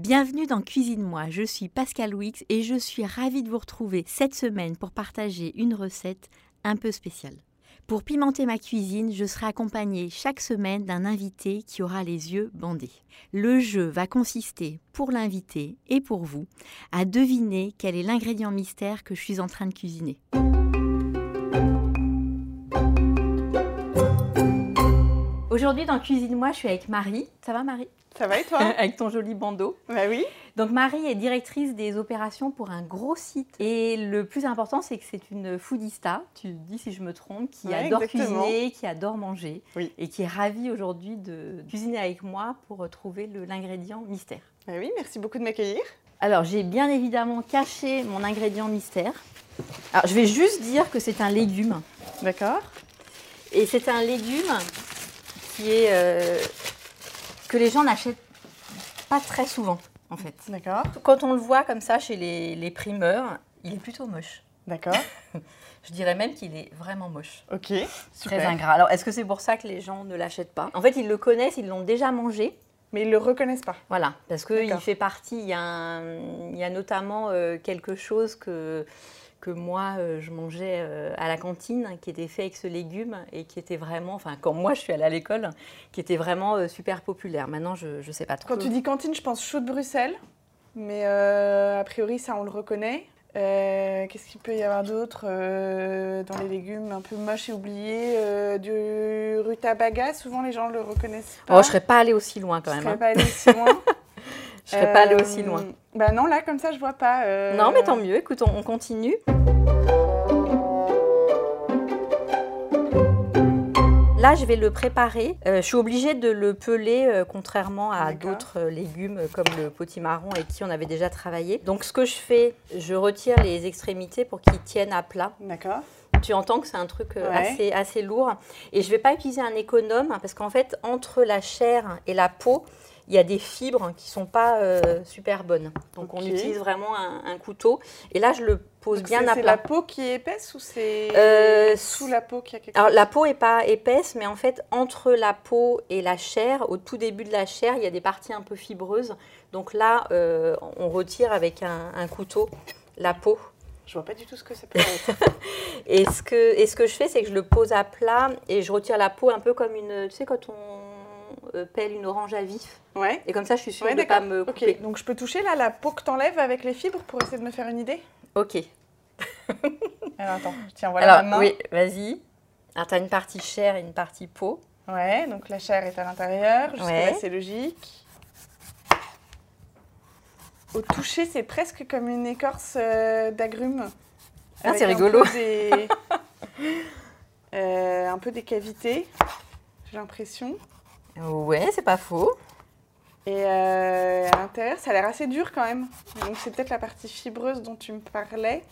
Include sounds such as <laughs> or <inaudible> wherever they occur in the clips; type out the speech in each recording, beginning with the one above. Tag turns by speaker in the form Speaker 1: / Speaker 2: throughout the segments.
Speaker 1: Bienvenue dans Cuisine-moi, je suis Pascal Wix et je suis ravie de vous retrouver cette semaine pour partager une recette un peu spéciale. Pour pimenter ma cuisine, je serai accompagnée chaque semaine d'un invité qui aura les yeux bandés. Le jeu va consister, pour l'invité et pour vous, à deviner quel est l'ingrédient mystère que je suis en train de cuisiner. Aujourd'hui dans Cuisine-moi, je suis avec Marie. Ça va Marie
Speaker 2: Ça va et
Speaker 1: <laughs>
Speaker 2: toi
Speaker 1: Euh, Avec ton joli bandeau.
Speaker 2: Bah oui.
Speaker 1: Donc Marie est directrice des opérations pour un gros site. Et le plus important, c'est que c'est une foodista, tu dis si je me trompe, qui
Speaker 2: Ouais,
Speaker 1: adore
Speaker 2: exactement.
Speaker 1: cuisiner, qui adore manger.
Speaker 2: Oui.
Speaker 1: Et qui est ravie aujourd'hui de cuisiner avec moi pour trouver le- l'ingrédient mystère.
Speaker 2: Bah oui, merci beaucoup de m'accueillir.
Speaker 1: Alors j'ai bien évidemment caché mon ingrédient mystère. Alors je vais juste dire que c'est un légume.
Speaker 2: D'accord.
Speaker 1: Et c'est un légume qui est euh, que les gens n'achètent pas très souvent, en fait.
Speaker 2: D'accord.
Speaker 1: Quand on le voit comme ça chez les, les primeurs, il est plutôt moche.
Speaker 2: D'accord.
Speaker 1: Je dirais même qu'il est vraiment moche.
Speaker 2: Ok.
Speaker 1: Très
Speaker 2: Super.
Speaker 1: ingrat. Alors, est-ce que c'est pour ça que les gens ne l'achètent pas En fait, ils le connaissent, ils l'ont déjà mangé.
Speaker 2: Mais ils le reconnaissent pas.
Speaker 1: Voilà, parce qu'il
Speaker 2: D'accord.
Speaker 1: fait partie, il y a, un- il y a notamment euh, quelque chose que, que moi, euh, je mangeais euh, à la cantine, hein, qui était fait avec ce légume et qui était vraiment, enfin, quand moi, je suis allée à l'école, qui était vraiment euh, super populaire. Maintenant, je ne sais pas trop.
Speaker 2: Quand tu dis cantine, je pense chaud de Bruxelles. Mais euh, a priori, ça, on le reconnaît. Euh, Qu'est-ce qu'il peut y avoir d'autre euh, dans les légumes un peu moches et oubliés euh, Du rutabaga, souvent les gens le reconnaissent
Speaker 1: Oh,
Speaker 2: pas.
Speaker 1: je ne serais pas allée aussi loin
Speaker 2: Je
Speaker 1: quand même.
Speaker 2: serais
Speaker 1: hein.
Speaker 2: pas allée aussi loin.
Speaker 1: <laughs> Je serais pas allée aussi loin.
Speaker 2: Bah non, là, comme ça, je vois pas. euh,
Speaker 1: Non, mais tant mieux. Écoute, on, on continue. Là, je vais le préparer. Euh, je suis obligée de le peler, euh, contrairement à
Speaker 2: D'accord.
Speaker 1: d'autres euh, légumes euh, comme le potimarron avec qui on avait déjà travaillé. Donc, ce que je fais, je retire les extrémités pour qu'ils tiennent à plat.
Speaker 2: D'accord.
Speaker 1: Tu entends que c'est un truc euh,
Speaker 2: Ouais.
Speaker 1: assez, assez lourd. Et je vais pas utiliser un économe hein, parce qu'en fait, entre la chair et la peau, il y a des fibres qui sont pas euh, super bonnes. Donc on
Speaker 2: Ok.
Speaker 1: utilise vraiment un, un couteau. Et là, je le pose
Speaker 2: Donc
Speaker 1: bien
Speaker 2: c'est-
Speaker 1: à
Speaker 2: C'est
Speaker 1: plat.
Speaker 2: la peau qui est épaisse ou c'est
Speaker 1: Euh,
Speaker 2: sous la peau qu'il y a quelque
Speaker 1: Alors
Speaker 2: chose
Speaker 1: la peau est pas épaisse, mais en fait entre la peau et la chair, au tout début de la chair, il y a des parties un peu fibreuses. Donc là, euh, on retire avec un, un couteau la peau.
Speaker 2: Je vois pas du tout ce que ça peut être.
Speaker 1: Et ce que, et ce que je fais, c'est que je le pose à plat et je retire la peau un peu comme une. Tu sais, quand on euh, pèle une orange à vif.
Speaker 2: <laughs> ouais.
Speaker 1: Et comme ça, je suis sûre
Speaker 2: Ouais,
Speaker 1: de ne pas
Speaker 2: d'accord.
Speaker 1: me
Speaker 2: Ok,
Speaker 1: couper.
Speaker 2: donc je peux toucher là la peau que t'enlèves avec les fibres pour essayer de me faire une idée
Speaker 1: Ok.
Speaker 2: Alors attends, tiens, voilà
Speaker 1: Alors,
Speaker 2: ma main.
Speaker 1: oui, vas-y. Alors, t'as une partie chair et une partie peau.
Speaker 2: Ouais, donc la chair est à l'intérieur, jusque-là
Speaker 1: Ouais.
Speaker 2: c'est logique. Au toucher, c'est presque comme une écorce euh, d'agrumes.
Speaker 1: Ah,
Speaker 2: Avec
Speaker 1: c'est
Speaker 2: un
Speaker 1: rigolo.
Speaker 2: peu
Speaker 1: <laughs>
Speaker 2: des- euh, un peu des cavités, j'ai l'impression.
Speaker 1: Ouais, c'est pas faux.
Speaker 2: Et euh, à l'intérieur, ça a l'air assez dur quand même. Donc c'est peut-être la partie fibreuse dont tu me parlais.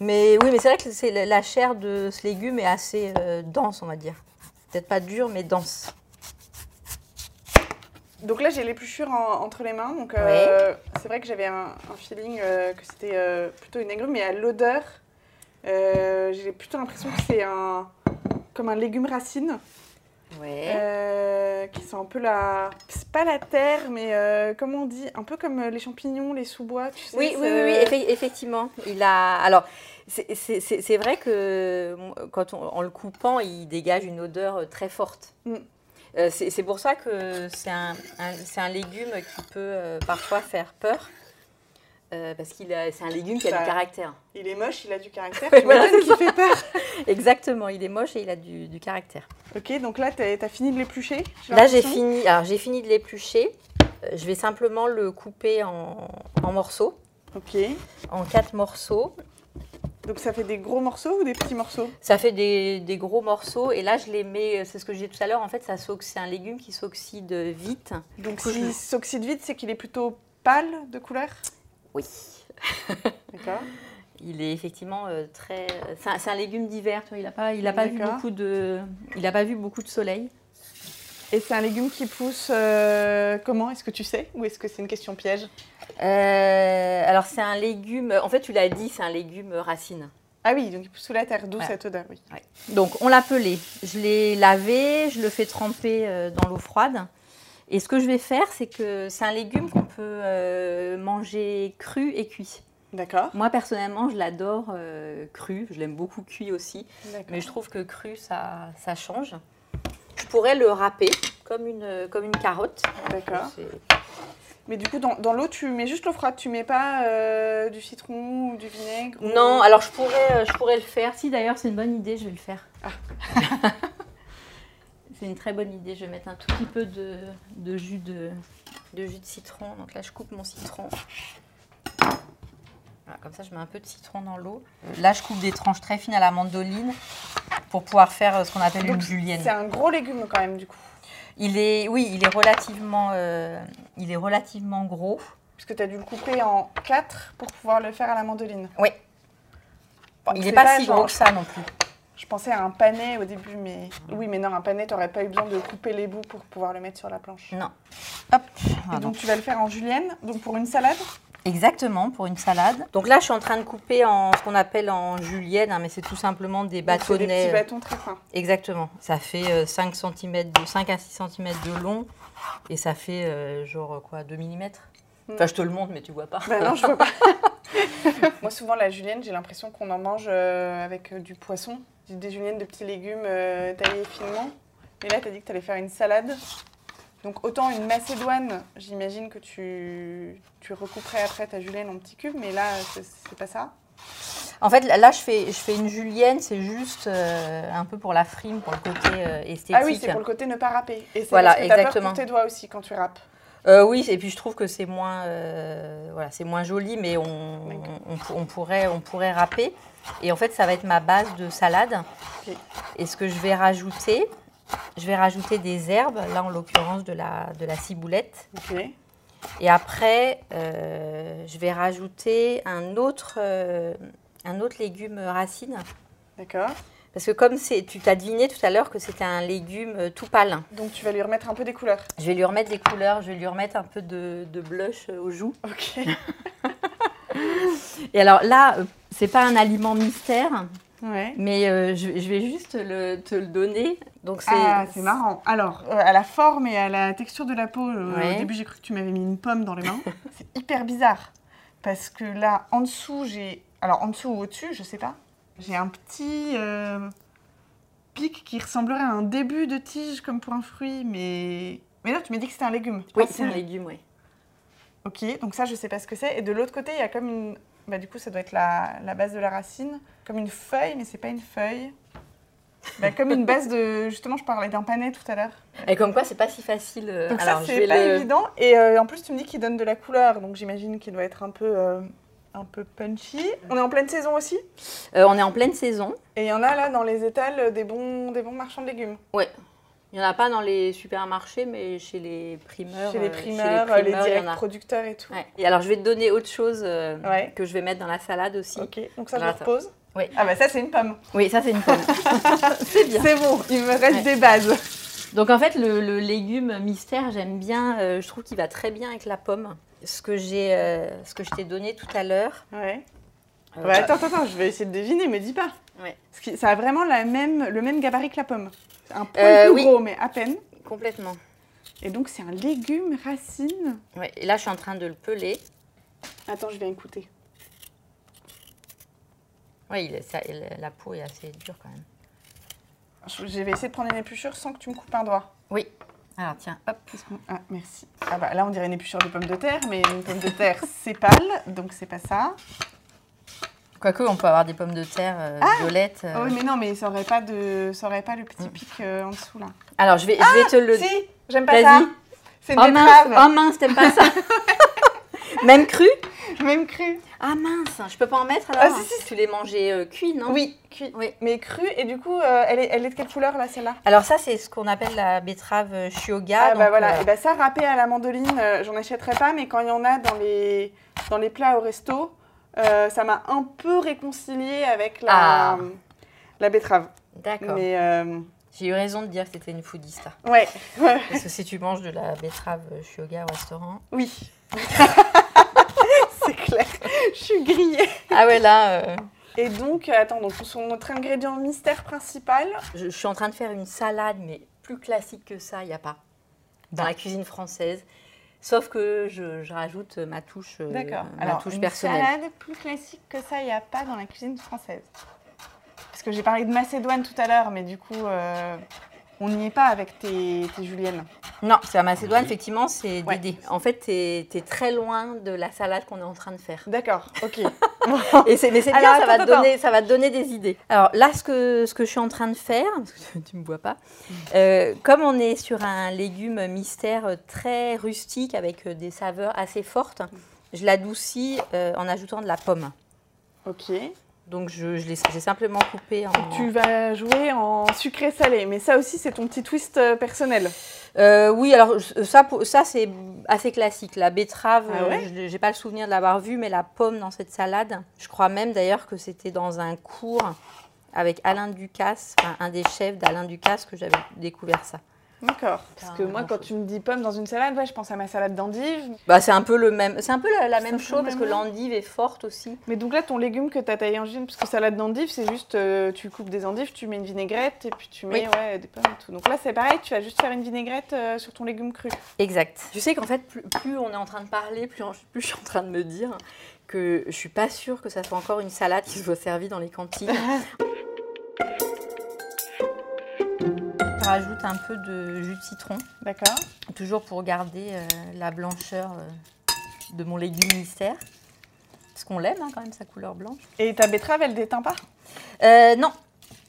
Speaker 1: Mais oui, mais c'est vrai que c'est la- la chair de ce légume est assez euh, dense, on va dire. Peut-être pas dure, mais dense.
Speaker 2: Donc là, j'ai l'épluchure en- entre les mains. Donc euh, c'est vrai que j'avais un, un feeling euh, que c'était euh, plutôt une agrume, mais à l'odeur, euh, j'ai plutôt l'impression que c'est un comme un légume racine
Speaker 1: Ouais.
Speaker 2: euh, qui sent un peu la c'est pas la terre mais euh, comment on dit un peu comme euh, les champignons les sous-bois tu sais,
Speaker 1: Oui,
Speaker 2: ça-
Speaker 1: oui, oui, oui, effe- effectivement. Il a. Alors, c'est- c'est c'est- c'est vrai que euh, quand on, en le coupant, il dégage une odeur euh, très forte.
Speaker 2: Mm.
Speaker 1: Euh, c'est c'est pour ça que c'est un, un- c'est un légume qui peut euh, parfois faire peur. euh, parce qu'il a- c'est un légume qui a
Speaker 2: Ça-
Speaker 1: du caractère.
Speaker 2: il est moche il a
Speaker 1: <laughs>
Speaker 2: du caractère
Speaker 1: Ouais,
Speaker 2: tu
Speaker 1: voilà,
Speaker 2: m'étonnes
Speaker 1: c'est ça.
Speaker 2: qu'il fait peur
Speaker 1: Exactement, il est moche et il a du, du caractère.
Speaker 2: ok donc là t'as t'as fini de l'éplucher
Speaker 1: Là, j'ai
Speaker 2: l'impression.
Speaker 1: fini, alors, j'ai fini de l'éplucher. Euh, Je vais simplement le couper en, en morceaux,
Speaker 2: ok
Speaker 1: en quatre morceaux.
Speaker 2: Donc ça fait des gros morceaux ou des petits morceaux
Speaker 1: Ça fait des, des gros morceaux et là je les mets, euh, c'est ce que je disais tout à l'heure, en fait ça s'ox- c'est un légume qui s'oxyde vite.
Speaker 2: Donc
Speaker 1: Couche de-
Speaker 2: s'il s'oxyde vite, c'est qu'il est plutôt pâle de couleur
Speaker 1: Oui.
Speaker 2: D'accord.
Speaker 1: Il est effectivement euh, très... C'est un, c'est un légume d'hiver, tu vois, il n'a pas, il a pas, vu
Speaker 2: D'accord.
Speaker 1: beaucoup de- il a pas vu beaucoup de soleil.
Speaker 2: Et c'est un légume qui pousse euh, comment Est-ce que tu sais Ou est-ce que c'est une question piège
Speaker 1: Euh, alors c'est un légume, en fait tu l'as dit, c'est un légume racine.
Speaker 2: Ah oui, donc il pousse sous la terre, d'où
Speaker 1: Voilà.
Speaker 2: cette odeur, oui.
Speaker 1: Donc on l'a pelé, je l'ai lavé, je le fais tremper euh, dans l'eau froide. Et ce que je vais faire, c'est que c'est un légume qu'on peut euh, manger cru et cuit.
Speaker 2: D'accord.
Speaker 1: Moi, personnellement, je l'adore euh, cru. Je l'aime beaucoup cuit aussi.
Speaker 2: D'accord.
Speaker 1: Mais je trouve que cru, ça, ça change. Je pourrais le râper comme une, comme une carotte.
Speaker 2: D'accord.
Speaker 1: C'est-
Speaker 2: Mais du coup, dans, dans l'eau, tu mets juste l'eau froide. Tu mets pas euh, du citron ou du vinaigre ou-
Speaker 1: Non, alors je pourrais, euh, je pourrais le faire. Si d'ailleurs c'est une bonne idée, je vais le faire. <laughs> c'est une très bonne idée. Je vais mettre un tout petit peu de, de jus de, de jus de citron. Donc là, je coupe mon citron. Voilà, comme ça, je mets un peu de citron dans l'eau. Là, je coupe des tranches très fines à la mandoline pour pouvoir faire euh, ce qu'on appelle
Speaker 2: Donc,
Speaker 1: une julienne.
Speaker 2: C'est un gros légume quand même, du coup.
Speaker 1: Il est, oui, il est relativement, euh, il est relativement gros.
Speaker 2: Puisque tu as dû le couper en quatre pour pouvoir le faire à la mandoline.
Speaker 1: Oui. Bon,
Speaker 2: Donc,
Speaker 1: il
Speaker 2: c'est
Speaker 1: n'est pas,
Speaker 2: pas
Speaker 1: si
Speaker 2: genre-
Speaker 1: gros que ça non plus.
Speaker 2: Je pensais à un panais au début, mais oui, mais non, un panais, t'aurais pas eu besoin de couper les bouts pour pouvoir le mettre sur la planche.
Speaker 1: Non. Hop.
Speaker 2: Et
Speaker 1: voilà.
Speaker 2: donc tu vas le faire en julienne, donc pour une salade.
Speaker 1: Exactement, pour une salade. Donc là, je suis en train de couper en ce qu'on appelle en julienne, hein, mais c'est tout simplement des
Speaker 2: Donc, c'est Des
Speaker 1: bâtonnets. euh,
Speaker 2: petits bâtons très fins.
Speaker 1: Exactement. Ça fait euh, 5 cm de 5 à 6 cm de long et ça fait euh, genre quoi 2 mm. Enfin, je te le montre mais tu vois pas.
Speaker 2: Bah non, je vois pas. Moi, souvent, la julienne, j'ai l'impression qu'on en mange euh, avec euh, du poisson, des juliennes de petits légumes euh, taillés finement. Et là, t'as dit que t'allais faire une salade. Donc, autant une macédoine, j'imagine que tu, tu recouperais après ta julienne en petits cubes, mais là, c'est- c'est pas ça.
Speaker 1: En fait, là, je fais, je fais une julienne, c'est juste euh, un peu pour la frime, pour le côté euh, esthétique.
Speaker 2: Ah oui, c'est pour le côté ne pas râper. Et c'est
Speaker 1: Voilà,
Speaker 2: parce que t'as peur
Speaker 1: exactement.
Speaker 2: pour tes doigts aussi quand tu râpes.
Speaker 1: Euh, oui, et puis je trouve que c'est moins, euh, voilà, c'est moins joli, mais on,
Speaker 2: D'accord.
Speaker 1: on, on pourrait, on pourrait râper. Et en fait, ça va être ma base de salade.
Speaker 2: Ok.
Speaker 1: Et ce que je vais rajouter, je vais rajouter des herbes, là en l'occurrence de la, de la ciboulette.
Speaker 2: Ok.
Speaker 1: Et après, euh, je vais rajouter un autre, euh, un autre légume racine.
Speaker 2: D'accord.
Speaker 1: Parce que comme c'est, tu t'as deviné tout à l'heure que c'était un légume euh, tout pâle,
Speaker 2: Donc, tu vas lui remettre un peu des couleurs. <laughs>
Speaker 1: je vais lui remettre des couleurs, je vais lui remettre un peu de, de blush euh, aux joues.
Speaker 2: Ok.
Speaker 1: Et alors là, euh, c'est pas un aliment mystère,
Speaker 2: Ouais.
Speaker 1: mais euh, je, je vais juste le- te le donner. Donc c'est
Speaker 2: Ah, c'est marrant. Alors, euh, à la forme et à la texture de la peau, euh,
Speaker 1: Ouais.
Speaker 2: au début j'ai cru que tu m'avais mis une pomme dans les
Speaker 1: <laughs>
Speaker 2: mains. c'est hyper bizarre. Parce que là, en dessous, j'ai. Alors, en dessous ou au-dessus, je sais pas. J'ai un petit euh, pic qui ressemblerait à un début de tige comme pour un fruit, mais. Mais là, tu m'as dit que c'était un légume.
Speaker 1: Oui,
Speaker 2: Ah,
Speaker 1: c'est un légume, oui.
Speaker 2: Ok, donc ça, je sais pas ce que c'est. Et de l'autre côté, il y a comme une. Bah, du coup, ça doit être la, la base de la racine. Comme une feuille, mais c'est pas une feuille. Bah, comme une base de. Justement, je parlais d'un panais tout à l'heure.
Speaker 1: Et comme quoi, c'est pas si facile. euh,
Speaker 2: Donc
Speaker 1: alors
Speaker 2: ça,
Speaker 1: je vais
Speaker 2: c'est pas
Speaker 1: le-
Speaker 2: évident. Et euh, en plus, tu me dis qu'il donne de la couleur, donc j'imagine qu'il doit être un peu, euh, un peu punchy. On est en pleine saison aussi,
Speaker 1: Euh, on est en pleine saison.
Speaker 2: et il y en a là dans les étals euh, des bons, des bons marchands de légumes.
Speaker 1: Il n'y en a pas dans les supermarchés, mais chez les primeurs.
Speaker 2: chez
Speaker 1: euh,
Speaker 2: les primeurs,
Speaker 1: primeurs,
Speaker 2: les,
Speaker 1: il y en
Speaker 2: directs
Speaker 1: a.
Speaker 2: producteurs et tout.
Speaker 1: Ouais. Et alors, je vais te donner autre chose euh,
Speaker 2: Ouais.
Speaker 1: que je vais mettre dans la salade aussi.
Speaker 2: Ok, donc ça, je
Speaker 1: Alors,
Speaker 2: le
Speaker 1: attends.
Speaker 2: repose.
Speaker 1: Oui.
Speaker 2: Ah bah ça, c'est une pomme.
Speaker 1: Oui, ça, c'est une pomme. <laughs> c'est bien.
Speaker 2: C'est bon, il me reste
Speaker 1: Ouais.
Speaker 2: des bases.
Speaker 1: Donc en fait, le, le légume mystère, j'aime bien. euh, je trouve qu'il va très bien avec la pomme. Ce que j'ai, euh, ce que je t'ai donné tout à l'heure.
Speaker 2: Ouais.
Speaker 1: euh,
Speaker 2: Bah, attends, attends, attends, je vais essayer de deviner, mais dis pas.
Speaker 1: Ouais.
Speaker 2: Parce que ça a vraiment la même, le même gabarit que la pomme. Un peu
Speaker 1: Euh,
Speaker 2: plus
Speaker 1: oui.
Speaker 2: gros, mais à peine.
Speaker 1: Complètement.
Speaker 2: Et donc, c'est un légume racine.
Speaker 1: Ouais, et là, je suis en train de le peler.
Speaker 2: Attends, je vais écouter.
Speaker 1: Oui, la peau est assez dure quand même.
Speaker 2: Je je vais essayer de prendre une épluchure sans que tu me coupes un doigt.
Speaker 1: Oui. Alors tiens, hop.
Speaker 2: Ah, merci. Ah bah là, on dirait une épluchure de pommes de terre, mais une pomme
Speaker 1: <laughs>
Speaker 2: de terre, c'est pâle, donc c'est pas ça.
Speaker 1: Quoique, on peut avoir des pommes de terre euh, violettes. euh.
Speaker 2: Oh oui, mais non, mais ça aurait pas, de... ça aurait pas le petit pic euh, en dessous, là.
Speaker 1: Alors, je vais, je vais te le.
Speaker 2: Si, j'aime Ah, pas
Speaker 1: Vas-y.
Speaker 2: ça. C'est une
Speaker 1: Oh mince,
Speaker 2: betterave,
Speaker 1: oh mince, t'aimes pas
Speaker 2: <laughs>
Speaker 1: ça Même cru
Speaker 2: même crue.
Speaker 1: Ah mince, je peux pas en mettre
Speaker 2: Ah,
Speaker 1: alors
Speaker 2: si, si,
Speaker 1: Tu les mangeais euh, cuits, non
Speaker 2: Oui, cuit.
Speaker 1: Oui.
Speaker 2: Mais crue, et du coup, euh, elle, est, elle est de quelle couleur, là, celle-là
Speaker 1: Alors ça, c'est ce qu'on appelle la betterave euh, shioga.
Speaker 2: Ah, bah
Speaker 1: donc,
Speaker 2: voilà,
Speaker 1: euh,
Speaker 2: et bah ça, râpé à la mandoline, euh, j'en achèterai pas, mais quand il y en a dans les, dans les plats au resto, euh, ça m'a un peu réconcilié avec la,
Speaker 1: Ah.
Speaker 2: la betterave.
Speaker 1: D'accord.
Speaker 2: Eh ben, Mais... euh,
Speaker 1: J'ai eu raison de dire que c'était une foodista.
Speaker 2: Ouais,
Speaker 1: Parce que si tu manges de la betterave euh, shioga au restaurant.
Speaker 2: oui. <laughs> c'est clair. Je suis grillée.
Speaker 1: Ah ouais, là, euh,
Speaker 2: Et donc, euh, attends, donc son, notre ingrédient mystère principal,
Speaker 1: je, je suis en train de faire une salade, mais plus classique que ça, il n'y a pas.
Speaker 2: Bah.
Speaker 1: dans la cuisine française. Sauf que je, je rajoute ma touche, euh,
Speaker 2: D'accord.
Speaker 1: ma
Speaker 2: Alors,
Speaker 1: touche
Speaker 2: une
Speaker 1: personnelle.
Speaker 2: salade plus classique que ça, il n'y a pas dans la cuisine française. Parce que j'ai parlé de Macédoine tout à l'heure, mais du coup, euh, on n'y est pas avec tes, tes juliennes.
Speaker 1: Non, c'est la Macédoine, effectivement, c'est
Speaker 2: Ouais.
Speaker 1: d'aider. En fait, tu es, très loin de la salade qu'on est en train de faire.
Speaker 2: D'accord, <laughs> ok.
Speaker 1: Et c'est- mais c'est
Speaker 2: Alors,
Speaker 1: bien, ça,
Speaker 2: attends,
Speaker 1: va te
Speaker 2: attends.
Speaker 1: donner, ça va te donner des idées. Alors là, ce que, ce que je suis en train de faire, parce que <laughs> tu ne me vois pas,
Speaker 2: Mm.
Speaker 1: euh, comme on est sur un légume mystère euh, très rustique avec euh, des saveurs assez fortes,
Speaker 2: Mm.
Speaker 1: je l'adoucis euh, en ajoutant de la pomme.
Speaker 2: ok.
Speaker 1: Donc je, je l'ai j'ai simplement coupé en...
Speaker 2: Tu vas jouer en sucré-salé, mais ça aussi, c'est ton petit twist euh, personnel.
Speaker 1: Euh, oui, alors ça, pour- ça c'est assez classique. La betterave,
Speaker 2: Ah ouais
Speaker 1: euh, je n'ai pas le souvenir de l'avoir vue, mais la pomme dans cette salade, je crois même d'ailleurs que c'était dans un cours avec Alain Ducasse, enfin, un des chefs d'Alain Ducasse, que j'avais découvert ça.
Speaker 2: D'accord. Parce
Speaker 1: Pas
Speaker 2: que moi, quand
Speaker 1: grand-chose.
Speaker 2: tu me dis pomme dans une salade, ouais, je pense à ma salade d'endive.
Speaker 1: Bah, c'est un peu, le même, c'est un peu la, la
Speaker 2: C'est un
Speaker 1: même
Speaker 2: peu
Speaker 1: chose,
Speaker 2: le
Speaker 1: parce que
Speaker 2: même.
Speaker 1: l'endive est forte aussi.
Speaker 2: Mais donc là, ton légume que tu as taillé en gine, parce que salade d'endive, c'est juste, euh, tu coupes des endives, tu mets une vinaigrette et puis tu mets ouais, des pommes et tout. Donc là, c'est pareil, tu vas juste faire une vinaigrette euh, sur ton légume cru.
Speaker 1: Exact. Tu sais qu'en fait, plus, plus on est en train de parler, plus, en- plus je suis en train de me dire que je suis pas sûre que ça soit encore une salade qui soit servie dans les <laughs> cantines. Je rajoute un peu de jus de citron,
Speaker 2: D'accord
Speaker 1: toujours pour garder euh, la blancheur euh, de mon légume mystère. Parce qu'on l'aime hein, quand même, sa couleur blanche.
Speaker 2: Et ta betterave, elle déteint pas
Speaker 1: Euh, non.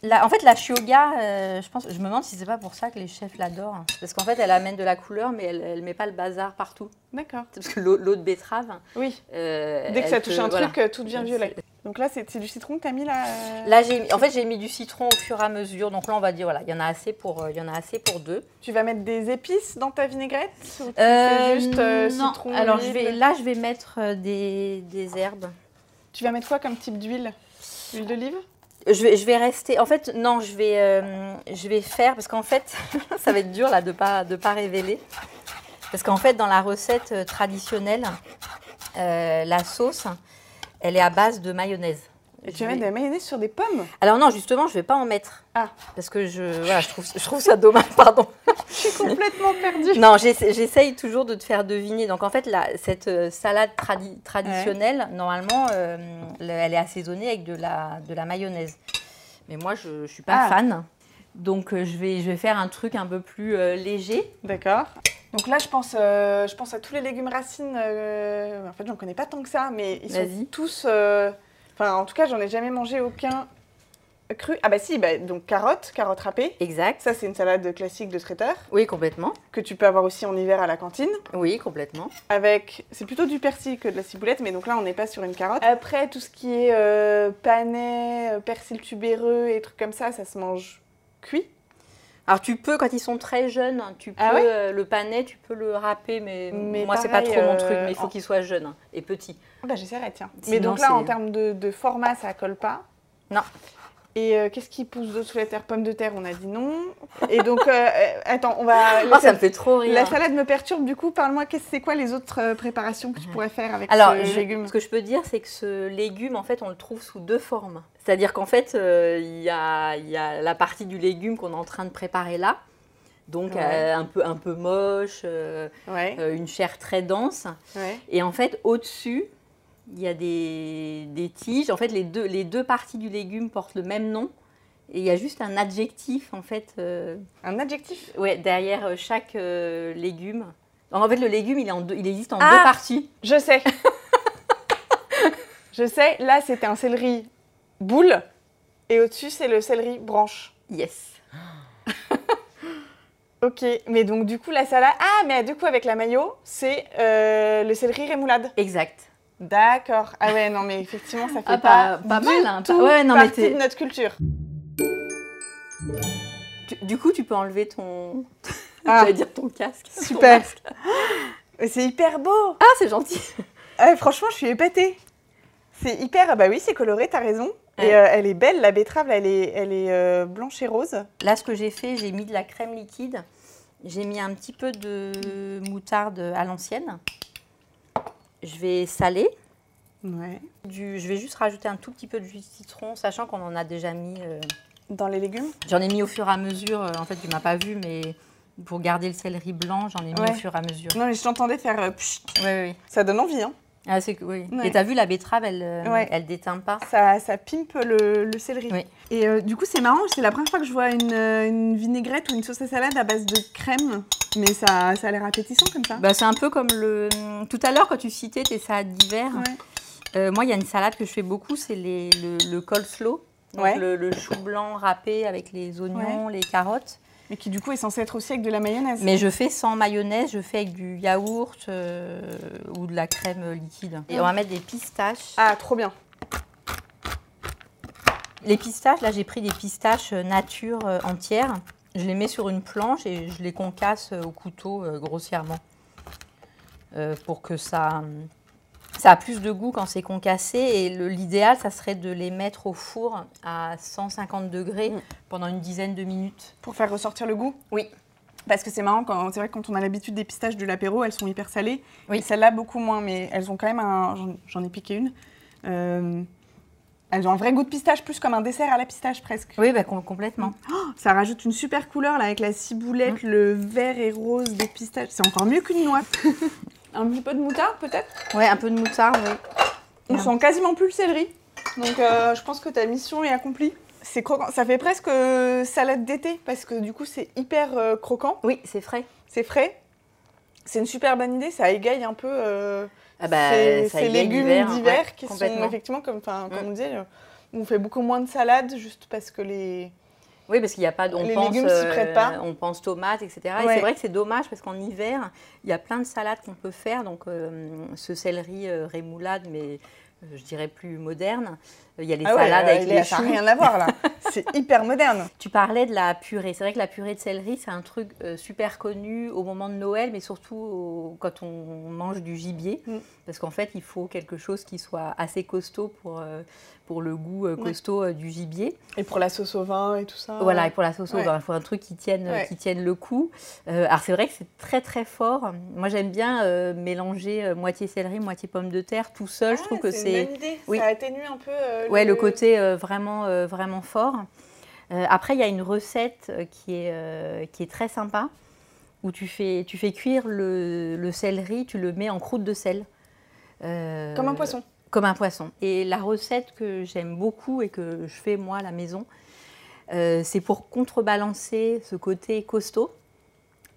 Speaker 1: La- en fait, la shioga, euh, je, pense, je me demande si c'est pas pour ça que les chefs l'adorent. Parce qu'en fait, elle amène de la couleur, mais elle, elle met pas le bazar partout.
Speaker 2: D'accord.
Speaker 1: Parce que l'eau l'eau de betterave,
Speaker 2: Oui.
Speaker 1: euh,
Speaker 2: Dès que
Speaker 1: elle
Speaker 2: ça
Speaker 1: te-
Speaker 2: touche un
Speaker 1: voilà.
Speaker 2: truc, euh, tout devient violet. Donc là, c'est c'est du citron que t'as mis là euh,
Speaker 1: Là, j'ai, en fait, j'ai mis du citron au fur et à mesure. Donc là, on va dire, voilà, il y en a assez pour, euh, il y en a assez pour deux.
Speaker 2: Tu vas mettre des épices dans ta vinaigrette ou tu
Speaker 1: Euh,
Speaker 2: fais juste euh,
Speaker 1: non.
Speaker 2: citron
Speaker 1: Alors,
Speaker 2: huile
Speaker 1: je vais, là, je vais mettre euh, des, des herbes.
Speaker 2: Tu vas mettre quoi comme type d'huile Huile d'olive
Speaker 1: Je vais, je vais rester. En fait, non, je vais, euh, je vais faire parce qu'en fait, <laughs> ça va être dur là de pas de pas révéler. Parce qu'en fait, dans la recette euh, traditionnelle, euh, la sauce, elle est à base de mayonnaise.
Speaker 2: Et
Speaker 1: Je
Speaker 2: tu vas
Speaker 1: vais-
Speaker 2: mettre de la mayonnaise sur des pommes
Speaker 1: Alors non, justement, je vais pas en mettre.
Speaker 2: Ah.
Speaker 1: Parce que je, voilà, je trouve, je trouve ça dommage, <laughs> pardon.
Speaker 2: Je suis complètement perdue
Speaker 1: Non, j'essa- j'essaye toujours de te faire deviner. Donc en fait, là, cette euh, salade tradi- traditionnelle, normalement, euh, le- elle est assaisonnée avec de la, de la mayonnaise. Mais moi, je ne suis pas
Speaker 2: Ah.
Speaker 1: fan. Donc euh, je, vais, je vais faire un truc un peu plus euh, léger.
Speaker 2: D'accord. Donc là, je pense, euh, je pense à tous les légumes racines. euh, en fait, j'en connais pas tant que ça, mais ils sont
Speaker 1: Vas-y.
Speaker 2: tous. euh, Enfin, en tout cas, j'en ai jamais mangé aucun cru. Ah bah si, bah, donc carottes, carottes râpées.
Speaker 1: Exact.
Speaker 2: Ça, c'est une salade classique de traiteur
Speaker 1: Oui, complètement.
Speaker 2: que tu peux avoir aussi en hiver à la cantine.
Speaker 1: Oui, complètement.
Speaker 2: Avec, c'est plutôt du persil que de la ciboulette, mais donc là, on n'est pas sur une carotte. Après, tout ce qui est euh, panais, euh, persil tubéreux et trucs comme ça, ça se mange cuit.
Speaker 1: Alors tu peux, quand ils sont très jeunes, tu peux
Speaker 2: Ah ouais
Speaker 1: euh, le panais, tu peux le râper, mais,
Speaker 2: Mais
Speaker 1: moi, c'est pas
Speaker 2: pareil,
Speaker 1: trop mon
Speaker 2: euh,
Speaker 1: truc. Mais il faut
Speaker 2: en-
Speaker 1: qu'il soit jeune hein, et petit.
Speaker 2: Ah Bah, j'essaierai, tiens. mais
Speaker 1: Sinon,
Speaker 2: donc là, en
Speaker 1: c'est-
Speaker 2: termes de, de format, ça colle pas.
Speaker 1: Non.
Speaker 2: Et euh, qu'est-ce qui pousse de sous la terre Pommes de terre, on a dit non. Et donc, euh, euh, attends, on va.
Speaker 1: <laughs> Oh, ça me fait trop rire.
Speaker 2: La salade me perturbe, du coup, parle-moi, qu'est-ce- c'est quoi les autres euh, préparations que tu pourrais faire avec
Speaker 1: Mhm. Alors,
Speaker 2: ce
Speaker 1: je-
Speaker 2: légume
Speaker 1: ce que je peux dire, c'est que ce légume, en fait, on le trouve sous deux formes. C'est-à-dire qu'en fait, euh, il y, a, il y a la partie du légume qu'on est en train de préparer là, donc
Speaker 2: Ouais.
Speaker 1: euh, un, peu, un peu moche, euh,
Speaker 2: Ouais,
Speaker 1: euh, une chair très dense.
Speaker 2: ouais.
Speaker 1: Et en fait, au-dessus, il y a des, des tiges. En fait, les deux, les deux parties du légume portent le même nom. Et il y a juste un adjectif, en fait, euh,
Speaker 2: Un adjectif
Speaker 1: ouais, derrière euh, chaque euh, légume. Donc, en fait, le légume, il, est en deux- il existe en
Speaker 2: Ah
Speaker 1: deux parties. <laughs>
Speaker 2: Je sais. je sais, là, c'était un céleri boule, et au-dessus, c'est le céleri branche.
Speaker 1: Yes.
Speaker 2: Ok, mais donc du coup la salade. Ah, mais du coup avec la mayo, c'est euh, le céleri rémoulade.
Speaker 1: Exact.
Speaker 2: D'accord. Ah ouais, non, mais effectivement, ça fait
Speaker 1: Ah,
Speaker 2: pas,
Speaker 1: pas, pas
Speaker 2: du
Speaker 1: mal, hein. pas-
Speaker 2: tout
Speaker 1: ouais, non, mais
Speaker 2: partie
Speaker 1: t'es-
Speaker 2: de notre culture.
Speaker 1: tu- du coup, tu peux enlever ton. <laughs>
Speaker 2: Ah.
Speaker 1: J'allais dire ton casque. Ton
Speaker 2: Super.
Speaker 1: masque.
Speaker 2: <laughs> Mais C'est hyper beau.
Speaker 1: <laughs> Ah, c'est gentil.
Speaker 2: Ah, franchement, je suis épatée. C'est hyper. ah Bah oui, c'est coloré, t'as raison.
Speaker 1: Ouais.
Speaker 2: Et euh, elle est belle, la betterave, là, elle est, elle est euh, blanche et rose.
Speaker 1: Là, ce que j'ai fait, j'ai mis de la crème liquide. J'ai mis un petit peu de moutarde à l'ancienne. Je vais saler.
Speaker 2: Ouais.
Speaker 1: Du- je vais juste rajouter un tout petit peu de jus de citron, sachant qu'on en a déjà mis. euh,
Speaker 2: Dans les légumes.
Speaker 1: J'en ai mis au fur et à mesure. euh, En fait, tu m'as pas vu, mais Pour garder le céleri blanc, j'en ai mis
Speaker 2: Ouais.
Speaker 1: au fur et à mesure.
Speaker 2: Non, mais je t'entendais faire. euh, pchit.
Speaker 1: Oui, oui.
Speaker 2: Ça donne envie, hein.
Speaker 1: Ah, c'est que- oui.
Speaker 2: Ouais.
Speaker 1: Et t'as vu, la betterave, elle, euh,
Speaker 2: Ouais.
Speaker 1: elle déteint pas.
Speaker 2: Ça, ça pimpe le, le céleri.
Speaker 1: Oui.
Speaker 2: Et euh, du coup, c'est marrant, c'est la première fois que je vois une, euh, une vinaigrette ou une sauce à salade à base de crème. Mais ça, ça a l'air appétissant comme ça.
Speaker 1: Bah, c'est un peu comme le. hum, Tout à l'heure, quand tu citais tes salades d'hiver,
Speaker 2: Ouais.
Speaker 1: euh, moi, il y a une salade que je fais beaucoup, c'est les- le, le coleslaw. Donc,
Speaker 2: Ouais.
Speaker 1: le, le chou blanc râpé avec les oignons, les carottes.
Speaker 2: Et qui, du coup, est censé être aussi avec de la mayonnaise.
Speaker 1: Mais je fais sans mayonnaise, je fais avec du yaourt euh, ou de la crème liquide. Et on va mettre des pistaches.
Speaker 2: Ah, trop bien.
Speaker 1: Les pistaches, là j'ai pris des pistaches euh, nature euh, entières. Je les mets sur une planche et je les concasse euh, au couteau euh, grossièrement. Euh, pour que ça, hum, ça a plus de goût quand c'est concassé. Et le- l'idéal, ça serait de les mettre au four à 150 degrés
Speaker 2: Mm.
Speaker 1: pendant une dizaine de minutes.
Speaker 2: Pour faire ressortir le goût
Speaker 1: Oui.
Speaker 2: Parce que c'est marrant, quand, c'est vrai que quand on a l'habitude des pistaches de l'apéro, elles sont hyper salées.
Speaker 1: Oui.
Speaker 2: Et Celles-là, beaucoup moins, mais elles ont quand même un. J'en, j'en ai piqué une. Euh, elles ont un vrai goût de pistache, plus comme un dessert à la pistache presque. Oh,
Speaker 1: Oui, bah, com- complètement.
Speaker 2: Ça rajoute une super couleur là, avec la
Speaker 1: Hein
Speaker 2: ciboulette, le vert et rose des pistaches. C'est encore mieux qu'une noix. <laughs> un petit peu de moutarde peut-être
Speaker 1: Mm. Ouais, un peu de moutarde, oui.
Speaker 2: On
Speaker 1: Ouais.
Speaker 2: sent quasiment plus le céleri. Donc euh, je pense que ta mission est accomplie. C'est croquant. Ça fait presque euh, salade d'été parce que du coup c'est hyper euh, croquant.
Speaker 1: Oui, c'est frais.
Speaker 2: C'est frais. C'est une super bonne idée, ça égaye un peu euh,
Speaker 1: Ah bah,
Speaker 2: ces,
Speaker 1: ça
Speaker 2: ces
Speaker 1: égaye
Speaker 2: légumes
Speaker 1: l'hiver,
Speaker 2: d'hiver
Speaker 1: hein. Ouais,
Speaker 2: qui sont
Speaker 1: complètement.
Speaker 2: effectivement, comme, enfin, comme
Speaker 1: Mm.
Speaker 2: on dit, euh, on fait beaucoup moins de salades juste parce que les...
Speaker 1: Oui, parce qu'il n'y a pas. de- On
Speaker 2: Les
Speaker 1: pense, euh,
Speaker 2: légumes s'y prêtent pas.
Speaker 1: On pense tomates, etc. Et
Speaker 2: Ouais.
Speaker 1: c'est vrai que c'est dommage parce qu'en hiver, il y a plein de salades qu'on peut faire. Donc, euh, ce céleri euh, rémoulade, mais euh, je dirais plus moderne. Euh, Il y a les
Speaker 2: Ah ouais,
Speaker 1: salades
Speaker 2: euh,
Speaker 1: avec
Speaker 2: il y a-
Speaker 1: les
Speaker 2: ça
Speaker 1: choux.
Speaker 2: n'a rien
Speaker 1: <laughs>
Speaker 2: à voir là, c'est hyper moderne.
Speaker 1: Tu parlais de la purée. C'est vrai que la purée de céleri, c'est un truc euh, super connu au moment de Noël, mais surtout au- quand on mange du gibier.
Speaker 2: Mm.
Speaker 1: Parce qu'en fait, il faut quelque chose qui soit assez costaud pour, euh, pour le goût euh,
Speaker 2: Ouais.
Speaker 1: costaud euh, du gibier.
Speaker 2: Et pour la sauce au vin et tout ça.
Speaker 1: Voilà, et pour la sauce au
Speaker 2: Ouais.
Speaker 1: vin, il faut un truc qui tienne,
Speaker 2: Ouais.
Speaker 1: qui tienne le coup. Euh, alors c'est vrai que c'est très très fort. Moi j'aime bien euh, mélanger euh, moitié céleri, moitié pomme de terre tout seul.
Speaker 2: Ah,
Speaker 1: je trouve que c'est
Speaker 2: idée,
Speaker 1: oui.
Speaker 2: ça atténue un peu euh,
Speaker 1: ouais, le côté euh, vraiment, euh, vraiment fort. Euh, après il y a une recette euh, qui est, euh, qui est très sympa où tu fais, tu fais cuire le, le céleri, tu le mets en croûte de sel. Euh,
Speaker 2: Comme un poisson.
Speaker 1: comme un poisson. Et la recette que j'aime beaucoup et que je fais moi à la maison, euh, c'est pour contrebalancer ce côté costaud.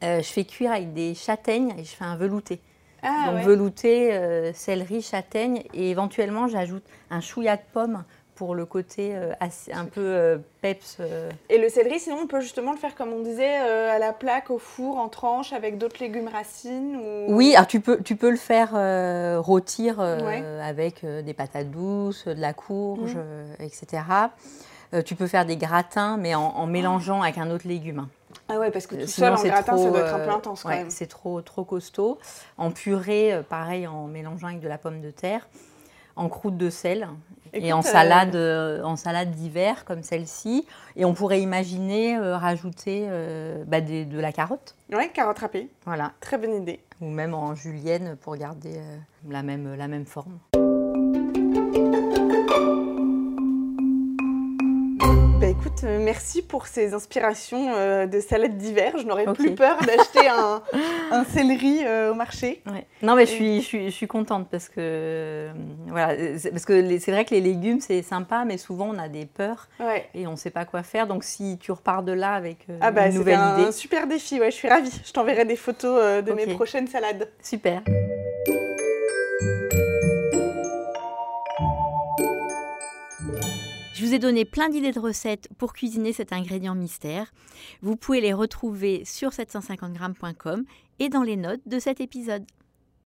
Speaker 1: Euh, je fais cuire avec des châtaignes et je fais un velouté.
Speaker 2: Ah,
Speaker 1: Donc
Speaker 2: ouais.
Speaker 1: velouté, euh, céleri, châtaigne et éventuellement j'ajoute un chouïa de pomme pour le côté euh, assez- un peu euh, peps. euh.
Speaker 2: Et le céleri, sinon, on peut justement le faire comme on disait, euh, à la plaque, au four, en tranche, avec d'autres légumes racines ou...
Speaker 1: Oui, alors tu peux, tu peux le faire euh, rôtir euh,
Speaker 2: Ouais. Mm.
Speaker 1: avec euh, des patates douces, de la courge, euh, etc. Euh, tu peux faire des gratins, mais en, en mélangeant avec un autre légume. hein.
Speaker 2: Ah ouais, parce que tout
Speaker 1: Euh,
Speaker 2: seul, en
Speaker 1: c'est
Speaker 2: gratin, ça
Speaker 1: trop,
Speaker 2: doit être un
Speaker 1: euh,
Speaker 2: peu intense quand
Speaker 1: ouais,
Speaker 2: même.
Speaker 1: C'est trop, trop costaud. En purée, euh, pareil, en mélangeant avec de la pomme de terre. En croûte de sel et
Speaker 2: Écoute,
Speaker 1: en
Speaker 2: euh,
Speaker 1: salade, euh, en salade d'hiver comme celle-ci. Et on pourrait imaginer euh, rajouter euh, bah, des- de la carotte,
Speaker 2: Ouais, carottes râpées,
Speaker 1: voilà,
Speaker 2: très bonne idée.
Speaker 1: ou même en julienne pour garder euh, la, même, la même forme.
Speaker 2: Bah écoute, euh, merci pour ces inspirations euh, de salades d'hiver. Je n'aurais
Speaker 1: Ok.
Speaker 2: plus peur d'acheter
Speaker 1: <laughs>
Speaker 2: un, un céleri euh, au marché.
Speaker 1: Ouais. Non, mais je
Speaker 2: Et-
Speaker 1: suis, je suis, je suis contente parce que euh, voilà, euh, c'est- parce que les- c'est vrai que les légumes c'est sympa, mais souvent on a des peurs
Speaker 2: Ouais.
Speaker 1: et on ne sait pas quoi faire. Donc si tu repars de là avec euh,
Speaker 2: Ah bah
Speaker 1: une
Speaker 2: c'était
Speaker 1: nouvelle
Speaker 2: un
Speaker 1: idée,
Speaker 2: super défi, ouais, je suis ravie. Je t'enverrai des photos euh, de mes
Speaker 1: Ok.
Speaker 2: prochaines salades.
Speaker 1: super.
Speaker 3: Je vous ai donné plein d'idées de recettes pour cuisiner cet ingrédient mystère. Vous pouvez les retrouver sur 750grammes.com et dans les notes de cet épisode.